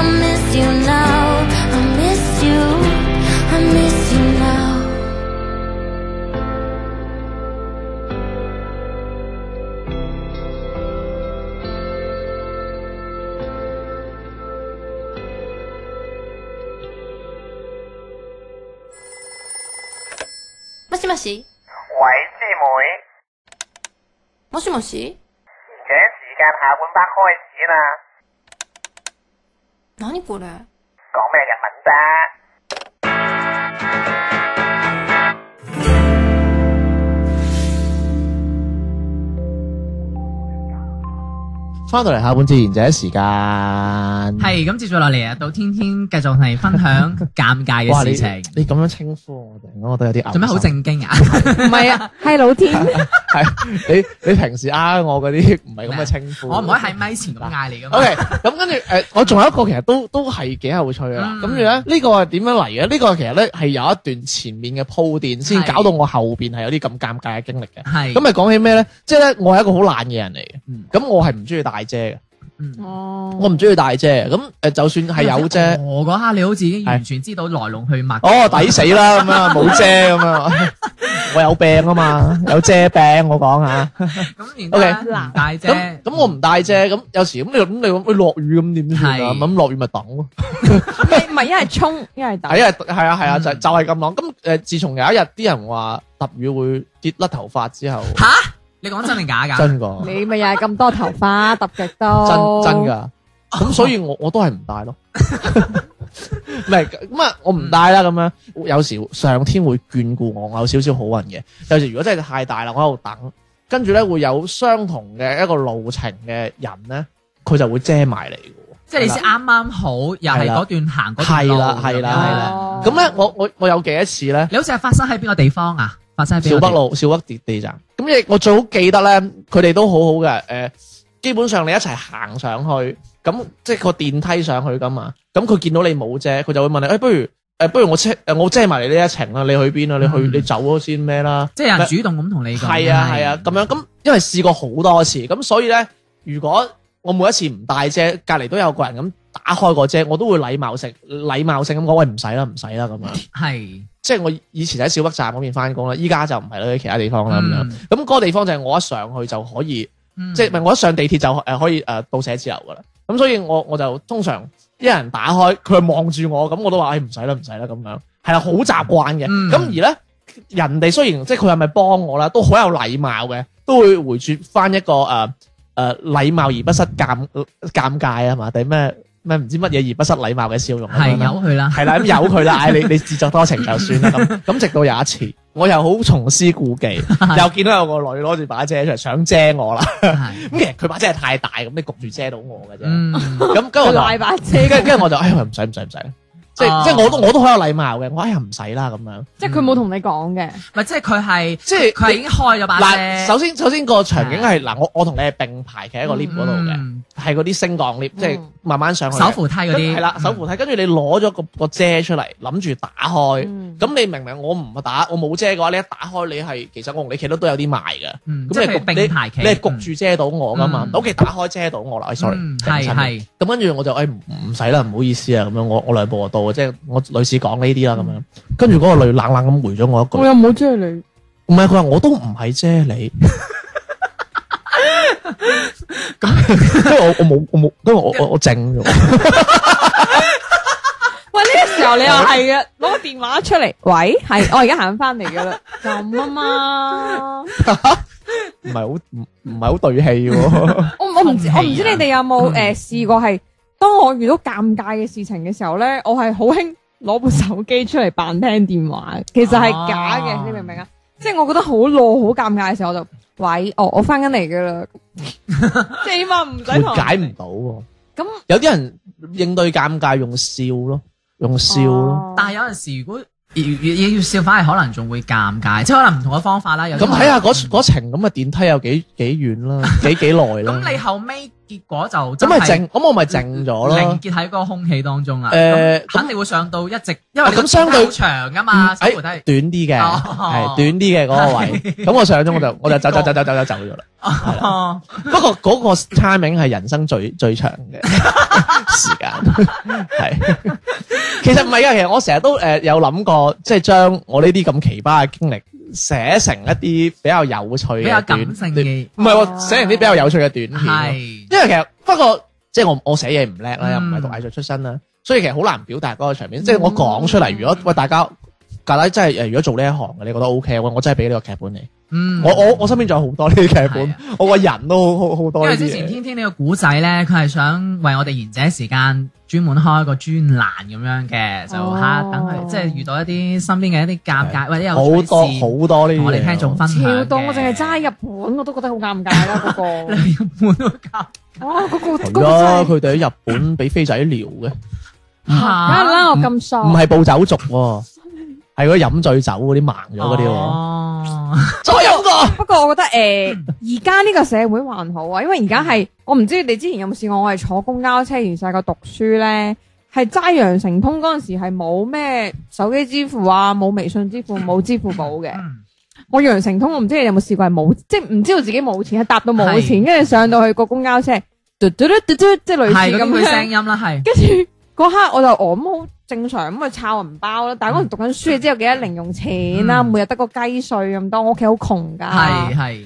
S4: I miss you now, I miss you, I miss you now.
S1: 翻到嚟下半自然者時間。
S2: 係咁，接住落嚟啊，到天天繼續係分享尷尬嘅
S1: 哇！你
S2: 事情。
S1: 你咁樣稱呼我哋，我覺得有啲嘔心
S2: 做咩好？正經啊？
S3: 唔系啊，系老 天，
S1: 係啊你你平時呃我嗰啲唔係咁嘅稱呼。
S2: 哦我唔可以喺咪前咁嗌你噶嘛
S1: O K，咁跟住誒，我仲有一個其實都都係幾有趣噶啦。
S2: 嗯
S1: 咁住咧，呢個係點樣嚟嘅？呢個其實咧係有一段前面嘅鋪墊，先
S2: 係
S1: 搞到我後邊係有啲咁尷尬嘅經歷嘅。
S2: 係
S1: 咁咪講起咩咧？即係咧，我係一個好懶嘅人嚟
S2: 嗯
S1: 嘅。咁我係唔中意大遮嘅，
S2: 嗯
S3: 哦
S1: 我唔中意大遮嘅。咁誒，就算係有遮，
S2: 我嗰刻你好似已經完全知道來龍去脈。
S1: 哦，抵死啦咁樣，冇遮咁樣。我有病啊嘛，有遮病我講下。
S2: 咁然之後
S1: OK
S2: 咧唔帶
S1: 咁
S2: 啫。
S1: 咁我唔帶啫，咁有時咁你咁你咁落雨咁點算啊？
S2: 係
S1: 咁落雨咪等咯。
S3: 唔系一係冲一係打
S1: 係，啊係啊係啊，
S2: 嗯
S1: 就就係咁諗。咁誒，自從有一日啲人話揼雨會跌甩頭髮之後，
S2: 吓？你講真定假㗎？
S1: 真㗎真
S3: 你咪又係咁多頭髮揼極哦都
S2: 哦
S1: 真 㗎。咁所以我我都係唔帶咯。 唔係咁啊，我唔帶啦咁樣。有時上天會眷顧我，我有少少好運嘅。有時如果真係太大啦，我喺度等，跟住咧會有相同嘅一個路程嘅人咧，佢就會遮埋嚟嘅喎。
S2: 即係你先啱啱好，又係嗰段行嗰段
S1: 係
S2: 路。
S1: 啦係啦係啦。
S3: 哦
S1: 咁咧，我我我有幾多次咧？
S2: 你好似係發生喺邊個地方啊？發生喺邊
S1: 小
S2: 個地
S1: 北？路小北地地站。咁亦我最好記得咧，佢哋都好好嘅。誒、呃基本上你一齊行上去，咁即係個電梯上去噶嘛。咁佢見到你冇遮，佢就會問你：，哎誒、不如誒、不如我遮誒、我遮埋你呢一程啦，你去邊啊？你去
S2: 嗯
S1: 你走咗先咩啦？
S2: 即係有人主動咁同你講。
S1: 係啊係啊，咁樣咁，因為試過好多次，咁所以咧，如果我每一次唔帶遮，隔離都有個人咁打開個遮，我都會禮貌性禮貌性咁講：，喂，唔使啦，唔使啦咁樣。
S2: 係
S1: 即係我以前喺小北站嗰邊翻工啦，依家就唔係啦，喺其他地方啦咁樣。
S2: 嗯
S1: 咁嗰個地方就係我一上去就可以，
S2: 嗯
S1: 即係唔係我一上地鐵就誒可以誒到寫字樓噶啦。咁所以我我就通常一人打開，佢係望住我，咁我都話誒唔使啦，唔使啦咁樣，係啦，好習慣嘅。咁、
S2: 嗯
S1: 而咧，人哋雖然即係佢係咪幫我啦，都好有禮貌嘅，都會回絕翻一個誒誒、呃、禮貌而不失尷尷尬啊嘛，定咩咩唔知乜嘢而不失禮貌嘅笑容咁
S2: 係
S1: 樣啦
S2: 由佢 啦。
S1: 係啦， 咁由佢啦，唉，你你自作多情就算啦。咁咁直到有一次，我又好重施故技， 又見到有個女攞住把遮出嚟想遮我啦。
S2: 係
S1: 咁其實佢把遮係太大，咁你焗住遮到我嘅啫。
S2: 嗯
S1: 咁跟住
S3: 佢
S1: 我就
S3: 賴把遮，
S1: 跟跟住我就，哎呀，唔使唔使唔使，即係
S2: 啊
S1: 即係我都我都好有禮貌嘅。我哎呀唔使啦咁樣。
S3: 即係佢冇同你講嘅，
S2: 咪即係佢係，
S1: 即係
S2: 佢係已經開咗把遮。
S1: 嗱，首先首先個場景係嗱，我我同你係並排企喺個 lift 嗰度嘅，
S2: 嗯
S1: 係嗰啲升降 lift，即係慢慢上去嘅。
S2: 手扶梯嗰啲
S1: 係啦，手扶梯，跟住你攞咗個個遮出嚟，諗住打開。
S3: 嗯
S1: 咁你明唔明？我唔打，我冇遮嘅話，你一打開你係其實我同你企得都有啲埋嘅。
S2: 嗯，
S1: 咁
S2: 咁
S1: 你
S2: 你
S1: 焗
S2: 並排企，
S1: 你係焗住遮到我噶嘛
S2: 嗯？
S1: 屋企打開遮到我啦。哎，sorry，
S2: 嗯
S1: 頂唔
S2: 係
S1: 順
S2: 係
S1: 咁跟住我就誒唔唔使啦，唔好意思啊，咁樣我我兩步就到啊，即係我類似講呢啲啦咁樣。跟住嗰個女冷冷咁回咗我一句
S3: 我，又冇追你，
S1: 唔係佢話我都唔係遮 你。咁跟住我我冇我冇，跟住我我我靜 咗。
S3: 喂呢個時候你又係嘅，攞個電話出嚟，喂，係我而家行翻嚟噶啦，咁啊嘛，
S1: 唔係好唔唔係好對氣喎。
S3: 我我唔知
S2: 空氣啊
S3: 我唔知你哋有冇
S2: 嗯
S3: 诶试过係當我遇到尷尬嘅事情嘅時候咧，我係好興攞部手機出嚟扮聽電話，其實係假
S2: 哦
S3: 嘅，你明唔明啊？即係我覺得好懦好尷尬嘅時候，我就喂，哦，我翻緊嚟 噶啦，即係起碼唔使同
S1: 佢
S3: 人
S1: 解唔到喎。
S3: 咁
S1: 有啲人應對尷尬用笑咯，用笑咯。
S2: 但係有陣時，如果要要要笑，反而可能仲會尷尬，即係可能唔同嘅
S1: 啊
S2: 方法啦。有啲
S1: 咁睇下嗰嗰程咁嘅電梯有幾幾遠啦，幾幾耐
S2: 咁
S1: 啦。
S2: 你後尾結果就
S1: 咁
S2: 咁
S1: 咪靜，咁我咪靜咗咯
S2: 凝。結喺嗰個空氣當中啊。
S1: 誒
S2: 咁肯定會上到一直，因為
S1: 啊咁相對嗯
S2: 好長噶嘛，手扶梯
S1: 哎短啲嘅，
S2: 哦
S1: 係短啲嘅嗰 個位。咁我上咗我就我就走走走走走走走咗啦。
S2: 哦
S1: 不過嗰個 timing 係人生最最長嘅時 間，係。其實唔係啊，其實我成日都誒有諗過，即係將我呢啲咁奇葩嘅經歷寫成一啲比較有趣嘅
S2: 比較
S1: 短
S2: 感性嘅
S1: 唔係喎，寫成啲比較有趣嘅短片咯。
S2: 啊係
S1: 因為其實不過即係我我寫嘢唔叻啦，又唔係讀
S2: 嗯
S1: 藝術出身啦，所以其實好難表達嗰個場面。即係我講出嚟，如果喂大家。架底真係誒，如果做呢一行嘅，你覺得 O K 嘅，我真係俾呢個劇本你。
S2: 嗯，
S1: 我我我身邊仲有好多呢啲劇
S2: 係
S1: 本
S2: 啊，
S1: 我個人都好好好
S2: 因
S1: 多呢
S2: 為
S1: 啲嘢。
S2: 之前天天呢個古仔咧，佢係想為我哋賢者時間專門開一個專欄咁樣嘅，就嚇
S3: 哦
S2: 等佢即係遇到一啲身邊嘅一啲尷尬或者有
S1: 好
S2: 趣事
S1: 多好多呢啲嘢
S2: 同我哋聽眾分享
S3: 超
S2: 嘅
S3: 多，我淨係齋日本我都覺得好尷尬啦 嗰個。
S2: 你日本都尷
S3: 哇，嗰個嗰
S1: 係
S3: 個
S1: 咯，
S3: 真係
S1: 佢哋喺日本俾飛仔撩嘅，
S2: 啊
S3: 梗啊係啦，我咁
S2: 哦
S3: 傻。
S1: 唔係暴走族喎，係嗰啲飲醉酒嗰啲盲咗嗰啲喎。
S2: 哦，
S1: 再飲過，
S3: 不過我覺得誒，而家呢個社會還好啊，因為而家係我唔知你之前有冇試過，我係坐公交車而細個讀書咧，係齋羊城通嗰陣時係冇咩手機支付啊，冇微信支付，冇支付寶嘅。
S2: 嗯
S3: 我羊城通，我唔知你有冇試過係冇，即係唔知道自己冇錢，係搭到冇錢，
S2: 係
S3: 跟住上到去個公交車，嘟嘟嘟嘟嘟，即係類
S2: 係
S3: 似
S2: 咁
S3: 咁
S2: 佢
S3: 樣
S2: 聲。音啦，係
S3: 跟住嗰刻我就哦咁好正常咁去抄銀包啦，但係嗰陣讀緊書，你知有幾多零用錢啦，
S2: 嗯
S3: 每日得個雞碎咁多，我屋企好窮
S2: 係
S3: 㗎，
S2: 係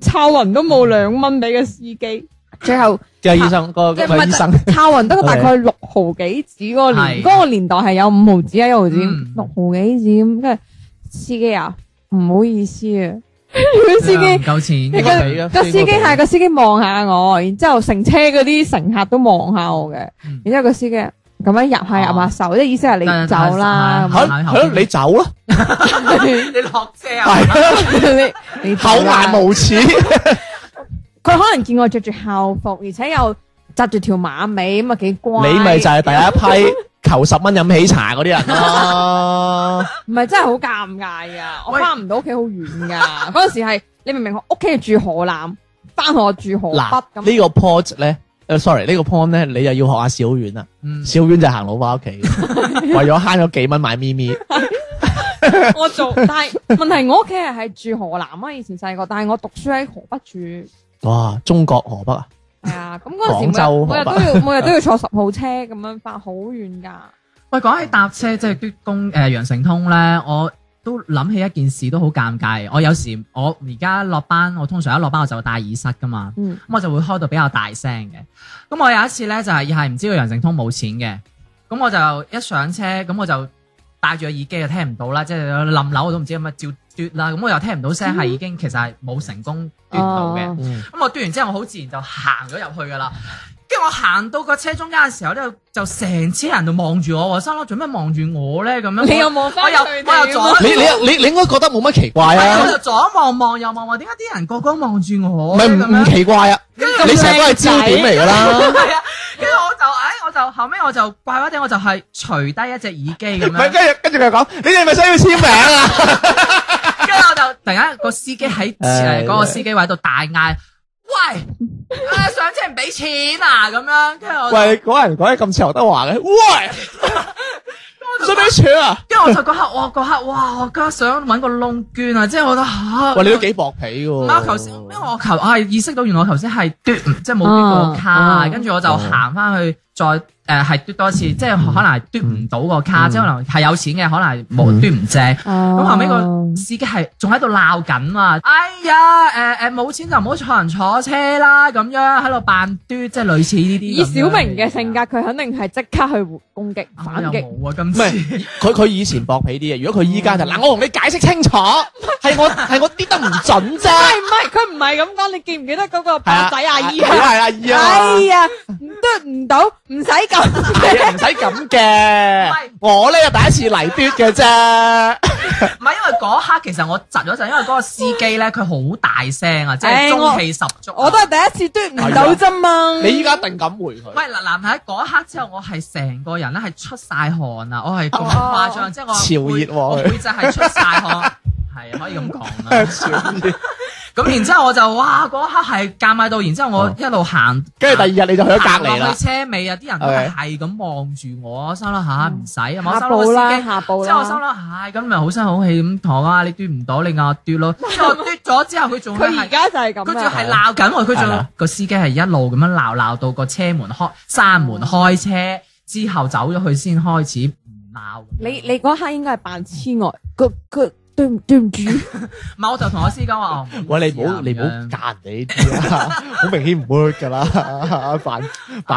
S3: 抄雲都冇兩蚊俾個司機，最後
S1: 即係醫生，個
S3: 即係
S1: 個醫生
S3: 抄雲得個大概六毫幾紙嗰個年，
S2: 係
S3: 嗰個年代係有五毫紙啊一毫紙
S2: 嗯，
S3: 六毫幾紙咁，跟住司機啊唔好意思 啊，跟住司
S2: 唔
S3: 機。
S2: 夠錢，
S3: 跟
S1: 應
S3: 住
S1: 該俾啊
S3: 個司機係個司機望下我，然之後乘車嗰啲乘客都望下我嘅
S2: 嗯，
S3: 然之後個司機咁樣入下入下
S1: 哦
S3: 手，即係意思係你走啦，
S2: 嗯
S3: 咁
S1: 嚇係咯，你走啦，
S2: 你落車啊，
S1: 係啊，
S3: 你你走
S1: 厚
S3: 啦
S1: 顏無 恥，
S3: 佢可能見我着住校服，而且又紮住條馬尾，咁啊幾乖。
S1: 你咪就係第一批求十蚊飲喜茶嗰啲人 咯。
S3: 唔係真係好尷尬噶，我
S2: 喂
S3: 翻唔到屋企好遠噶。 嗰陣時係你明明我屋企係住河南，翻學住河
S1: 嗱，
S3: 北咁。
S1: 呢個 point 咧。誒，sorry，呢個 point 咧，你又要學下小丸啦。
S2: 嗯
S1: 小丸就行路 翻屋企，為咗慳咗幾蚊買咪 咪。
S3: 我做，但係 問題我屋企係係住河南啊，以前細個，但係我讀書喺河北住。
S1: 哇，中國河北啊！
S3: 系啊，咁嗰陣時
S1: 廣州
S3: 每日每日都要每日都要坐十號車咁樣翻好遠㗎。
S2: 喂，講起搭車即係啲公誒羊城通咧，我都諗起一件事都好尷尬。我有時我而家落班，我通常一落班我就戴耳塞噶嘛，
S3: 嗯
S2: 咁我就會開到比較大聲嘅。咁我有一次咧就係係唔知道羊城通冇錢嘅，咁我就一上車咁我就戴住個耳機就聽唔到啦，即係冧樓我都唔知咁啊照嘟啦，咁我又聽唔到聲係已經其實係冇成功嘟到嘅。
S3: 哦
S1: 嗯，
S2: 咁我嘟完之後，我好自然就行咗入去噶啦。跟住我行到個車中間嘅時候咧，就成車人就望住我喎，心諗做咩望住我咧咁樣？
S3: 你又望翻
S2: 我又
S3: 佢哋
S2: 我又左
S1: 你你你你應該覺得冇乜奇怪
S2: 係
S1: 啊
S2: 我，就左望望右望望，點解啲人個個望住
S1: 唔
S2: 我
S1: 係
S2: 咧
S1: 唔
S2: 咁
S1: 唔
S2: 樣？
S1: 奇怪啊，你成日都係焦點嚟㗎啦。
S2: 係啊，跟住我就誒，我就後尾我就怪怪地，我就係除低一隻耳機咁
S1: 唔係，
S2: 樣，
S1: 啊跟住跟住佢講，你哋係咪需要簽名啊？
S2: 跟住我就突然間個司機喺誒
S1: 唉
S2: 嗰個司機位度大嗌：喂，啊上車唔俾錢啊！咁樣，跟住我就
S1: 喂，嗰人講嘢咁似劉德華嘅， 喂，做咩扯啊？
S2: 跟住我就嗰刻，我嗰刻，哇！我家想揾個窿捐啊！即係我覺得 嚇，
S1: 喂，你都幾薄皮㗎
S2: 唔
S1: 喎。
S3: 啊
S2: 係我頭先，因為我頭我係意識到原來我頭先係嘟唔，即係
S1: 哦
S2: 冇嘟過卡啊，
S3: 啊
S2: 跟住我就行翻去再誒係嘟多次，即係
S1: 嗯
S2: 可能係嘟唔到個卡，即係可能係有錢嘅，可能係冇
S1: 嗯
S2: 嘟唔正。咁
S3: 咁
S2: 後尾
S1: 啊哦
S2: 個司機係仲喺度鬧緊啊！哎呀，誒誒冇錢就唔好坐人坐車啦，咁樣喺度扮嘟，即係類似呢啲。
S3: 以小明嘅性格，，佢肯定係即刻去攻擊
S2: 我
S3: 反
S2: 又
S3: 擊。
S2: 冇啊，今
S1: 唔
S2: 次
S1: 係佢佢以前薄皮啲嘅，如果佢依家
S3: 嗯
S1: 就嗱，我同你解釋清楚，係我係我啲得唔準啫。
S3: 唔係佢唔係咁講，你記唔記得嗰個
S1: 係啊
S3: 八仔阿姨
S1: 係
S3: 啊？
S1: 啊係阿姨
S3: 哎
S1: 啊，
S3: 呀，嘟唔到，唔使咁。
S1: 係啊唔使咁嘅
S2: 係。
S1: 我咧第一次嚟嘟嘅啫。
S2: 唔係因為嗰刻其實我窒咗陣，因為嗰個司機咧佢好大聲啊，即係
S3: 唉
S2: 中氣十足啊。
S3: 我都係第一次嘟唔到啫嘛。
S1: 啊你依家定敢回佢
S2: 唔？係嗱，男喺嗰一刻之後，我係成個人咧係出晒汗啊！我係
S3: 哦
S2: 咁誇張，即係我
S1: 潮熱喎
S2: 背我背脊係出晒汗，係可以咁講啦。
S1: 小二
S2: 咁然之後我就哇嗰一刻係尷尬到，然之後我一路行，
S1: 哦跟住第二日你就去咗隔離
S2: 行落
S1: 啦
S2: 去。車尾啊，啲人都
S1: OK 嗯
S2: 係咁望住我，心諗下唔使啊嘛，
S3: 下
S2: 我心諗個
S3: 步
S2: 司
S3: 啦，
S2: 機。
S3: 下步
S2: 之後我
S3: 啦
S2: 心。諗，唉，咁咪好聲好氣咁同我講啊，你嘟唔到，你嗌我嘟 咯。之後我嘟咗之後，佢仲
S3: 佢而
S2: 係
S3: 家就係咁啊
S2: 佢仲
S3: 啦，
S2: 係鬧緊我，佢
S1: 啊係
S2: 仲
S1: 啦
S2: 個司機係一路咁樣鬧鬧到個車門開，閂門開車之後走咗去先開始唔鬧。
S3: 你你嗰刻應該係扮痴呆，佢佢對唔對唔住，
S2: 唔係我就同我司機講話，哦
S1: 喂，你唔
S3: 哎
S1: 好你唔好夾人哋 啲啊，好明顯唔 work 噶啦，
S3: 哎
S1: 扮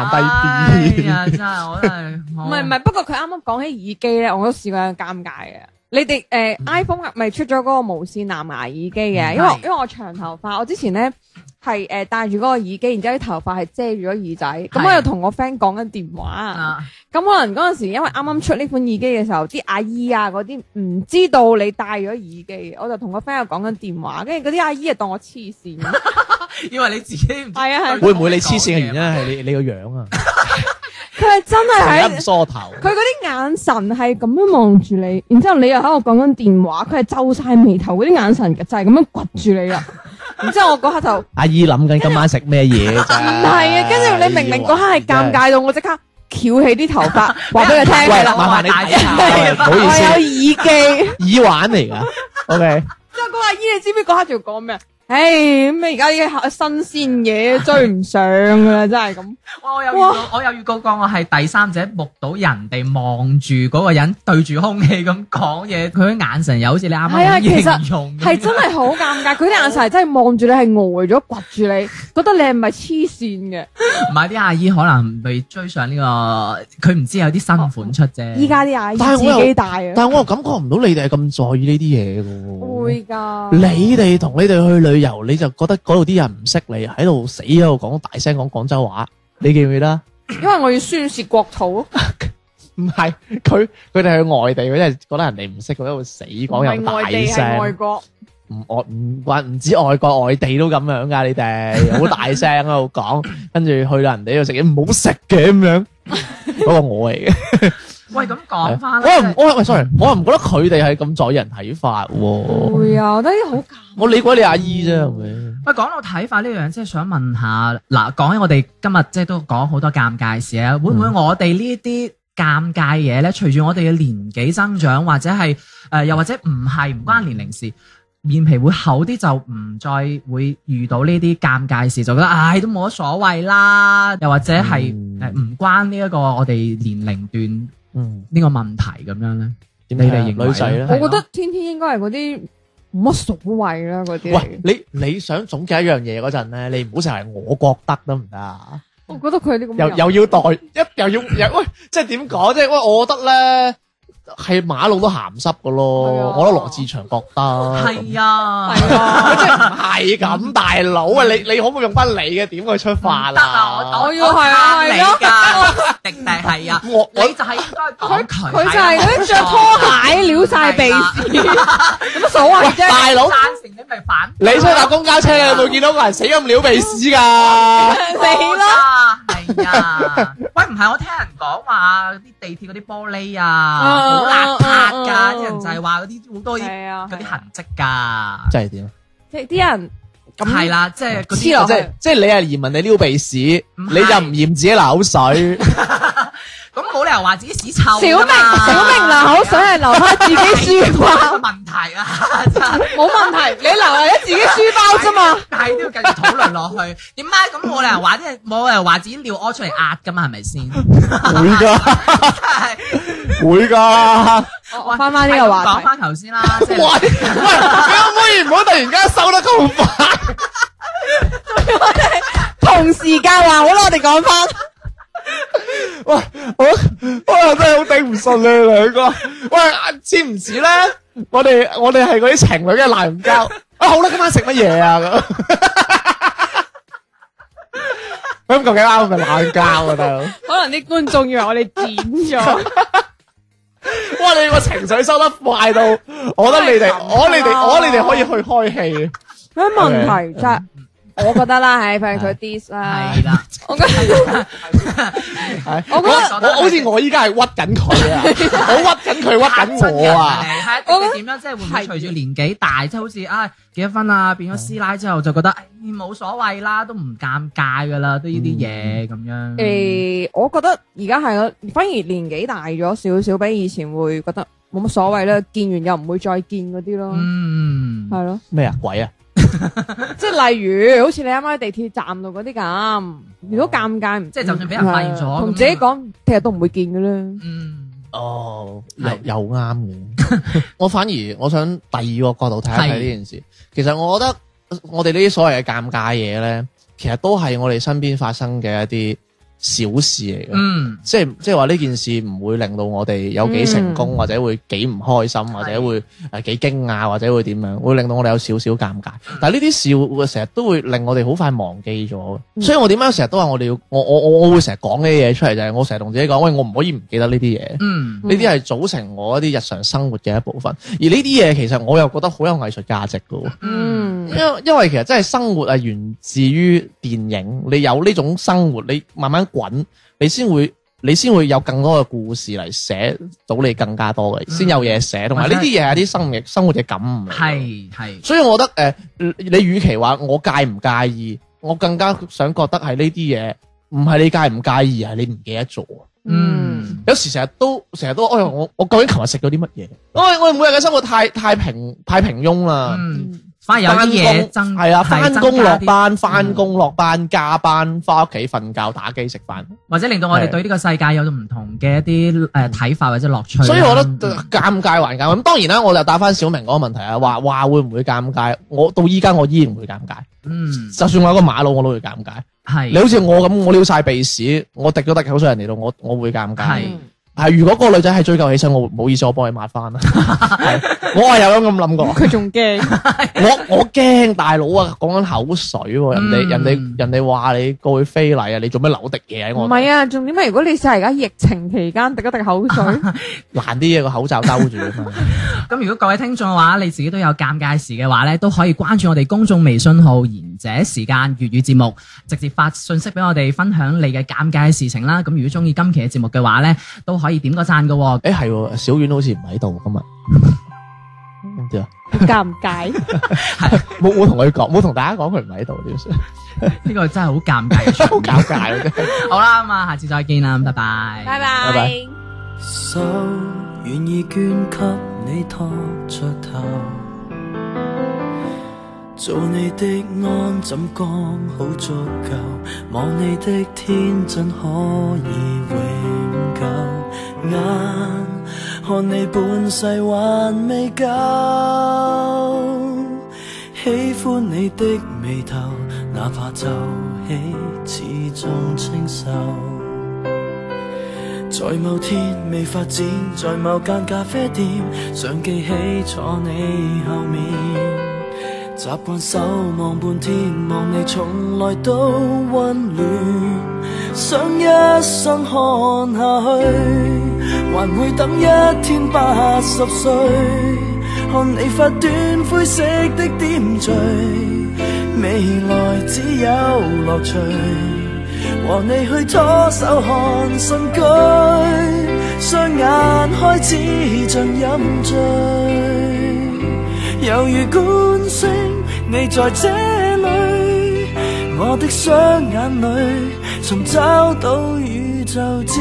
S2: 哎呀
S1: 扮低
S3: 啊
S1: 啲。
S2: 真係我真係
S3: 唔
S2: 唔
S3: 係唔係，不過佢啱啱講起耳機咧，我都試過有尷尬嘅。你哋誒、呃 iPhone 咪出咗嗰個無線藍牙耳機嘅，因為
S2: 嗯係
S3: 因為我長頭髮，我之前咧係誒戴住嗰個耳機，然之後啲頭髮係遮住咗耳仔，咁
S2: 係
S3: 我又同我 friend 講緊電話
S2: 啊
S3: 咁可能嗰陣時，因為啱啱出呢款耳機嘅時候，啲阿姨啊嗰啲唔知道你戴咗耳機，我就同個 friend 又講緊電話，跟住嗰啲阿姨啊當我黐線， 係
S2: 因為你自己唔知
S3: 啊係，
S1: 會唔會你黐線嘅原因係你你個樣啊？
S3: 佢係真係
S1: 成日
S3: 喺
S1: 唔梳頭。
S3: 佢嗰啲眼神係咁樣望住你，然之後你又喺度講緊電話，佢係皺晒眉頭嗰啲眼神就係咁樣掘住你 啦。然之後我嗰刻就唔
S1: 阿姨諗緊今晚食咩嘢咋？唔
S3: 係啊，跟住你明明嗰刻係尷。尬到我即刻翹起啲頭 髮，話俾佢聽啊
S1: 喂，
S3: 㗎啦，
S1: 麻煩你
S2: 我係大
S1: 喂唔好
S3: 我有
S1: 意思，
S3: 耳機。之
S1: 耳環嚟㗎。OK，
S3: 後嗰阿姨你知唔知嗰刻仲講咩啊？唉，咩而家啲新鮮嘢追唔上㗎啦，真係咁。
S2: 哇！我有遇到，我有遇過講，我係第三者目睹人哋望住嗰個人對住空氣咁講嘢，佢啲眼神又好似你啱
S3: 係啊其
S2: 啱
S3: 實
S2: 咁形容咁樣，
S3: 係真係好尷尬，佢啲眼神係真係望住你係呆咗，掘住你，覺得你係唔係黐線嘅。
S2: 唔係啲阿姨可能未追上呢個，佢唔知有啲新款出啫。
S3: 依家啲阿姨
S1: 但係我又
S3: 自己戴啊，
S1: 但係我又感覺唔到你哋係咁在意呢啲嘢㗎喎。
S3: 會噶。
S1: 你哋同你哋去旅遊，你就覺得嗰度啲人唔識你，喺度死喺度講大聲講廣州話，你記唔記得？
S3: 因為我要宣泄國土，
S1: 唔係佢佢哋去外地，佢真係覺得人哋唔識，佢喺度死
S3: 唔
S1: 講
S3: 係
S1: 又大
S3: 外地係外
S1: 聲，
S3: 國，
S1: 唔外唔關唔止外國外地都咁樣㗎，你哋好大聲喺度講，跟住去到人哋度食嘢唔好食嘅咁樣，嗰個我嚟嘅。啊
S2: 喂，咁講翻
S1: 我又唔
S2: 啦，
S1: 我喂 sorry，我又唔覺得佢哋係咁在意人睇法喎。
S3: 會啊，我覺得啲好尷
S1: 我理鬼你阿姨啫，係咪？
S2: 喂，講到睇法呢樣，即係想問下，嗱，講起我哋今日即係都講好多尷尬事啊，會唔會我哋呢啲尷尬嘢咧，隨住我哋嘅年紀增長，或者係誒、呃又或者唔係唔關年齡事，面皮會厚啲，就唔再會遇到呢啲尷尬事，就覺得唉、都冇乜所謂啦，又或者係
S1: 嗯
S2: 誒唔關呢一個我哋年齡段
S1: 嗯，
S2: 呢個問題咁樣咧？
S1: 點啊
S2: 你哋認為
S1: 女仔咧
S2: 係？
S3: 尬。我覺得天天應該係嗰啲冇乜所謂啦，嗰啲
S1: 喂
S3: 嚟，。
S1: 你你想總結一樣嘢嗰陣咧，你唔好成日我覺得得唔得啊？
S3: 我覺得佢啲咁嘅
S1: 又
S3: 人
S1: 又要代一又要又喂，即係點講？即係喂，我覺得咧係馬路都鹹濕
S3: 係
S1: 噶咯。
S3: 啊
S1: 我覺得羅志祥覺得
S2: 係啊，
S3: 係啊，
S1: 即係唔係咁，大佬啊！你你可唔可以用翻你嘅點去出發
S2: 嗯得啊！
S1: 啊？
S2: 我
S3: 我要係啊
S2: 啊，你
S3: 係
S2: 噶，迪迪係啊，
S1: 我
S2: 你就係應該講佢，啊
S3: 佢就係嗰啲着拖鞋撩晒鼻屎，有乜所謂啫？
S1: 大佬，
S2: 贊啊成你咪反
S1: 你出去搭公交車，你有冇見到個人死咁撩鼻屎 㗎？
S3: 死啦！
S2: 啦，係啊，喂，唔係我聽人講話啲地鐵嗰啲玻璃啊，好邋遢㗎，啲人就係話嗰啲好多啲
S3: 啊係啊，
S2: 嗰啲痕跡㗎，
S1: 即係點啊？
S3: 即係啲人
S2: 係啦，即係嗰
S3: 黐
S2: 啲
S3: 落
S1: 即係即係你係嫌人哋撩鼻屎，
S2: 哦唔
S1: 你
S2: 係
S1: 就唔嫌自己流 口水。
S2: 咁冇理由話自己屎臭
S3: 小明小明流口水係流翻自 己書包，
S2: 問題啊， 真係。
S3: 冇問題，你流喺自己書包啫嘛。
S2: 但係都要繼續討論落去。點解咁冇理由話啲冇理由話自己尿屙出嚟壓噶嘛？係咪先？
S1: 會㗎，
S2: 係
S1: 會㗎。
S3: 我翻哦翻呢個話
S2: 講
S3: 題。
S2: 翻頭先啦，即
S1: 喂
S2: 係
S1: 喂，你可唔可以唔好突然間收得咁快？
S3: 同時間啊話好啦，我哋講翻，
S1: 喂，我我又真係好頂唔順你兩個。喂，啊知唔知咧？我哋我哋係嗰啲情侶嘅鬧唔交。啊，好啦，今晚食乜嘢啊？咁咁究竟啱咪鬧交啊，大佬？
S3: 可能啲觀眾以為我哋 剪咗，
S1: 哇！你個情緒收得快到，
S3: 啊
S1: 我覺得你哋，我你哋，我你哋可以去開戲。
S3: 咩問題啫？我覺得啦，係譬如佢 dis 啦，
S2: 係啦，
S3: 我覺得
S1: 我
S3: 我覺得
S1: 我好似我依家係屈緊佢啊，我屈緊佢屈緊我啊，
S2: 係即係點樣？即係會唔會隨住年紀大，即係好似啊結咗婚啊，變咗師奶之後就覺得唉冇所謂啦，都唔尷尬噶啦，都呢啲嘢咁樣。
S3: 誒，我覺得而家係咯，反而年紀大咗少少，比以前會覺得冇乜所謂啦，見完又唔會再見嗰啲咯，
S2: 嗯，
S3: 係咯，
S1: 咩啊鬼啊，
S3: 即係例如好似你啱啱喺地鐵站度嗰啲咁，如果尷尬唔
S2: 即係就算俾人發現咗
S3: 係啊
S2: 咁
S3: 同自己講聽日都唔會見噶啦，
S2: 嗯，
S1: 哦，又
S2: 係
S1: 又啱嘅。 我反而我想第二個角度睇一睇
S2: 係
S1: 呢件事。其實我覺得我哋呢啲所謂嘅尷尬嘢咧，其實都係我哋身邊發生嘅一啲小事嚟嘅。
S2: 嗯，
S1: 即係即係話呢件事唔會令到我哋有幾成功，或者會幾唔開心，或者會誒幾驚訝，或者會點樣，會令到我哋有少少尷尬。
S2: 嗯
S1: 但係呢啲事會成日都會令我哋好快忘記咗。
S2: 嗯
S1: 所以我點解成日都話我哋要我我我我會成日講呢啲嘢出嚟，就係我成日同自己講，喂，我唔可以唔記得呢啲嘢。
S2: 嗯，
S1: 呢啲係組成我一啲日常生活嘅一部分，而呢啲嘢其實我又覺得好有藝術價值嘅喎。
S3: 嗯
S2: 嗯，
S1: 因為因為其實真係生活係源自於電影，你有呢種生活，你慢慢滾，你先會你先會有更多嘅故事嚟寫到你更加多嘅，
S2: 嗯
S1: 先有嘢寫，同埋
S2: 或者
S1: 呢啲嘢係啲生活嘅生活嘅感悟嚟。，
S2: 係係。
S1: 所以我覺得誒、呃你與其話我介唔介意，我更加想覺得係呢啲嘢唔係你介唔介意，係你唔記得咗。
S2: 嗯，
S1: 有時成日都成日都，哎呀，我我究竟琴日食咗啲乜嘢？我我每日嘅生活太太平太平庸啦，
S2: 嗯，反而有啲嘢
S1: 返
S2: 增
S1: 工係啊，
S2: 係
S1: 翻
S2: 增
S1: 工
S2: 加
S1: 落
S2: 啲
S1: 班，翻工落班，加班，翻屋企瞓覺，打機食飯。
S2: 或者令到我哋
S1: 係
S2: 對呢個世界有唔同嘅一啲誒睇法或者樂趣啦。
S1: 所以我覺得尷尬還尷尬。咁當然啦，我就答翻小明嗰個問題啊，話話會唔會尷尬？我到依家我依然會尷尬，
S2: 嗯
S1: 就算我喺個馬路我都會尷尬。你
S2: 係
S1: 好似我咁，我撩晒鼻屎，我滴咗滴口水人哋度，我我會尷尬。
S2: 係
S1: 係如果個女仔係追究起身，我唔好意思，我幫你抹 翻啦。係我係有咁諗過。
S3: 佢 仲驚，
S1: 我我驚大佬啊，講緊口水喎，人哋
S2: 嗯
S1: 人哋人哋話你過去非禮啊，你做咩留滴嘢喺
S3: 唔
S1: 我？
S3: 係啊，重點係如果你試下而家疫情期間滴一滴口水，
S1: 難啲嘢個口罩兜住啊 嘛。
S2: 咁，如果各位聽眾嘅話，你自己都有尷尬時嘅話咧，都可以關注我哋公眾微信號「賢者時間粵語節目」，直接發信息俾我哋分享你嘅尷尬事情啦。咁如果中意今期嘅節目嘅話咧，都可以點個讚嘅喎。
S1: 誒係喎，小遠好似唔喺度今日。唔知啊，
S5: 尷尬。
S1: 冇冇同佢講，冇同大家講佢唔喺度，點算？
S2: 呢個真係好尷尬嘅 場
S1: 好
S2: 面。
S1: 尷尬啊真係
S2: 好啦，咁啊，下次再見啦，拜拜。
S3: 拜
S1: 拜拜。
S6: 手願意捐給你托着頭，做你的安枕剛好足夠，望你的天真可以永久，眼看你半世還未夠，喜歡你的眉頭，哪怕皺起始終清秀。在某天未發展，在某間咖啡店，想記起坐你後面。習慣守望半天，望你從來都溫暖。想一生看下去，還會等一天八十歲，看你發短灰色的點綴，未來只有樂趣。和你去拖手看新居，雙眼開始像飲醉，猶如觀星，你在這裏，我的雙眼裏尋找到宇宙之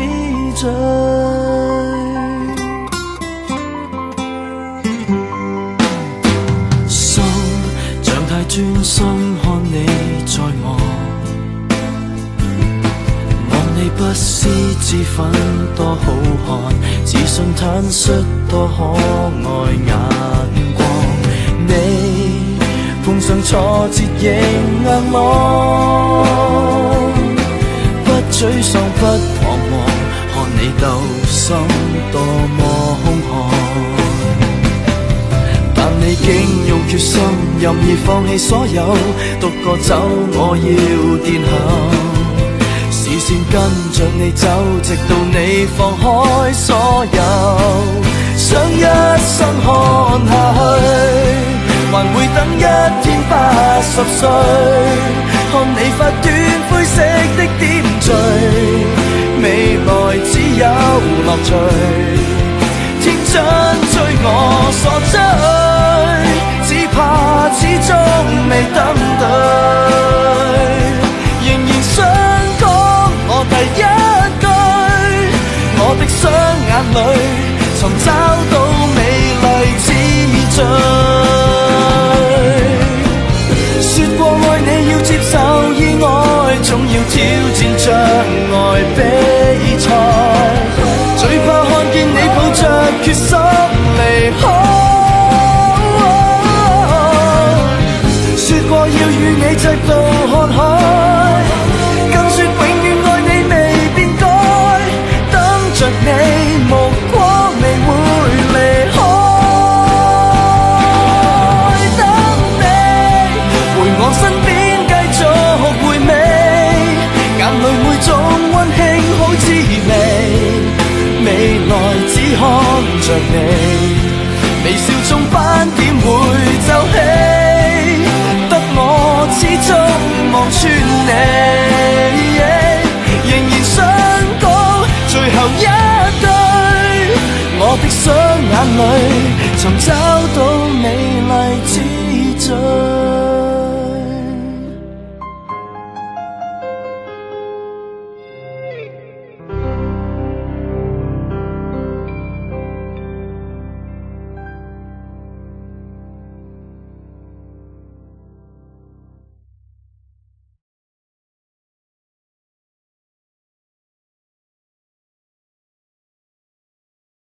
S6: 最。心像太專心看你在望。望你不思自憤，多好看，自信坦率，多可愛眼光。你碰上挫折仍硬朗，不沮喪不彷徨，看你鬥心多麼兇悍。但你竟用決心任意放棄所有，獨個走我要殿後。視線跟着你走，直到你放開所有。想一生看下去，還會等一天八十十歲，看你發短灰色的點綴，未來只有樂趣。天真追我傻追，只怕始終未等對，仍然想講我第一句，我的雙眼裏尋找到美麗之最。说過愛你要接受意外，總要挑戰障礙比賽。最怕看見你抱着決心離開。說過要與你直到看海，更說永遠愛你未變改。等着你目光未會離開，等你。回我身邊繼續回味，眼淚每種溫馨好滋味，未來只看着你，微笑中斑點會皺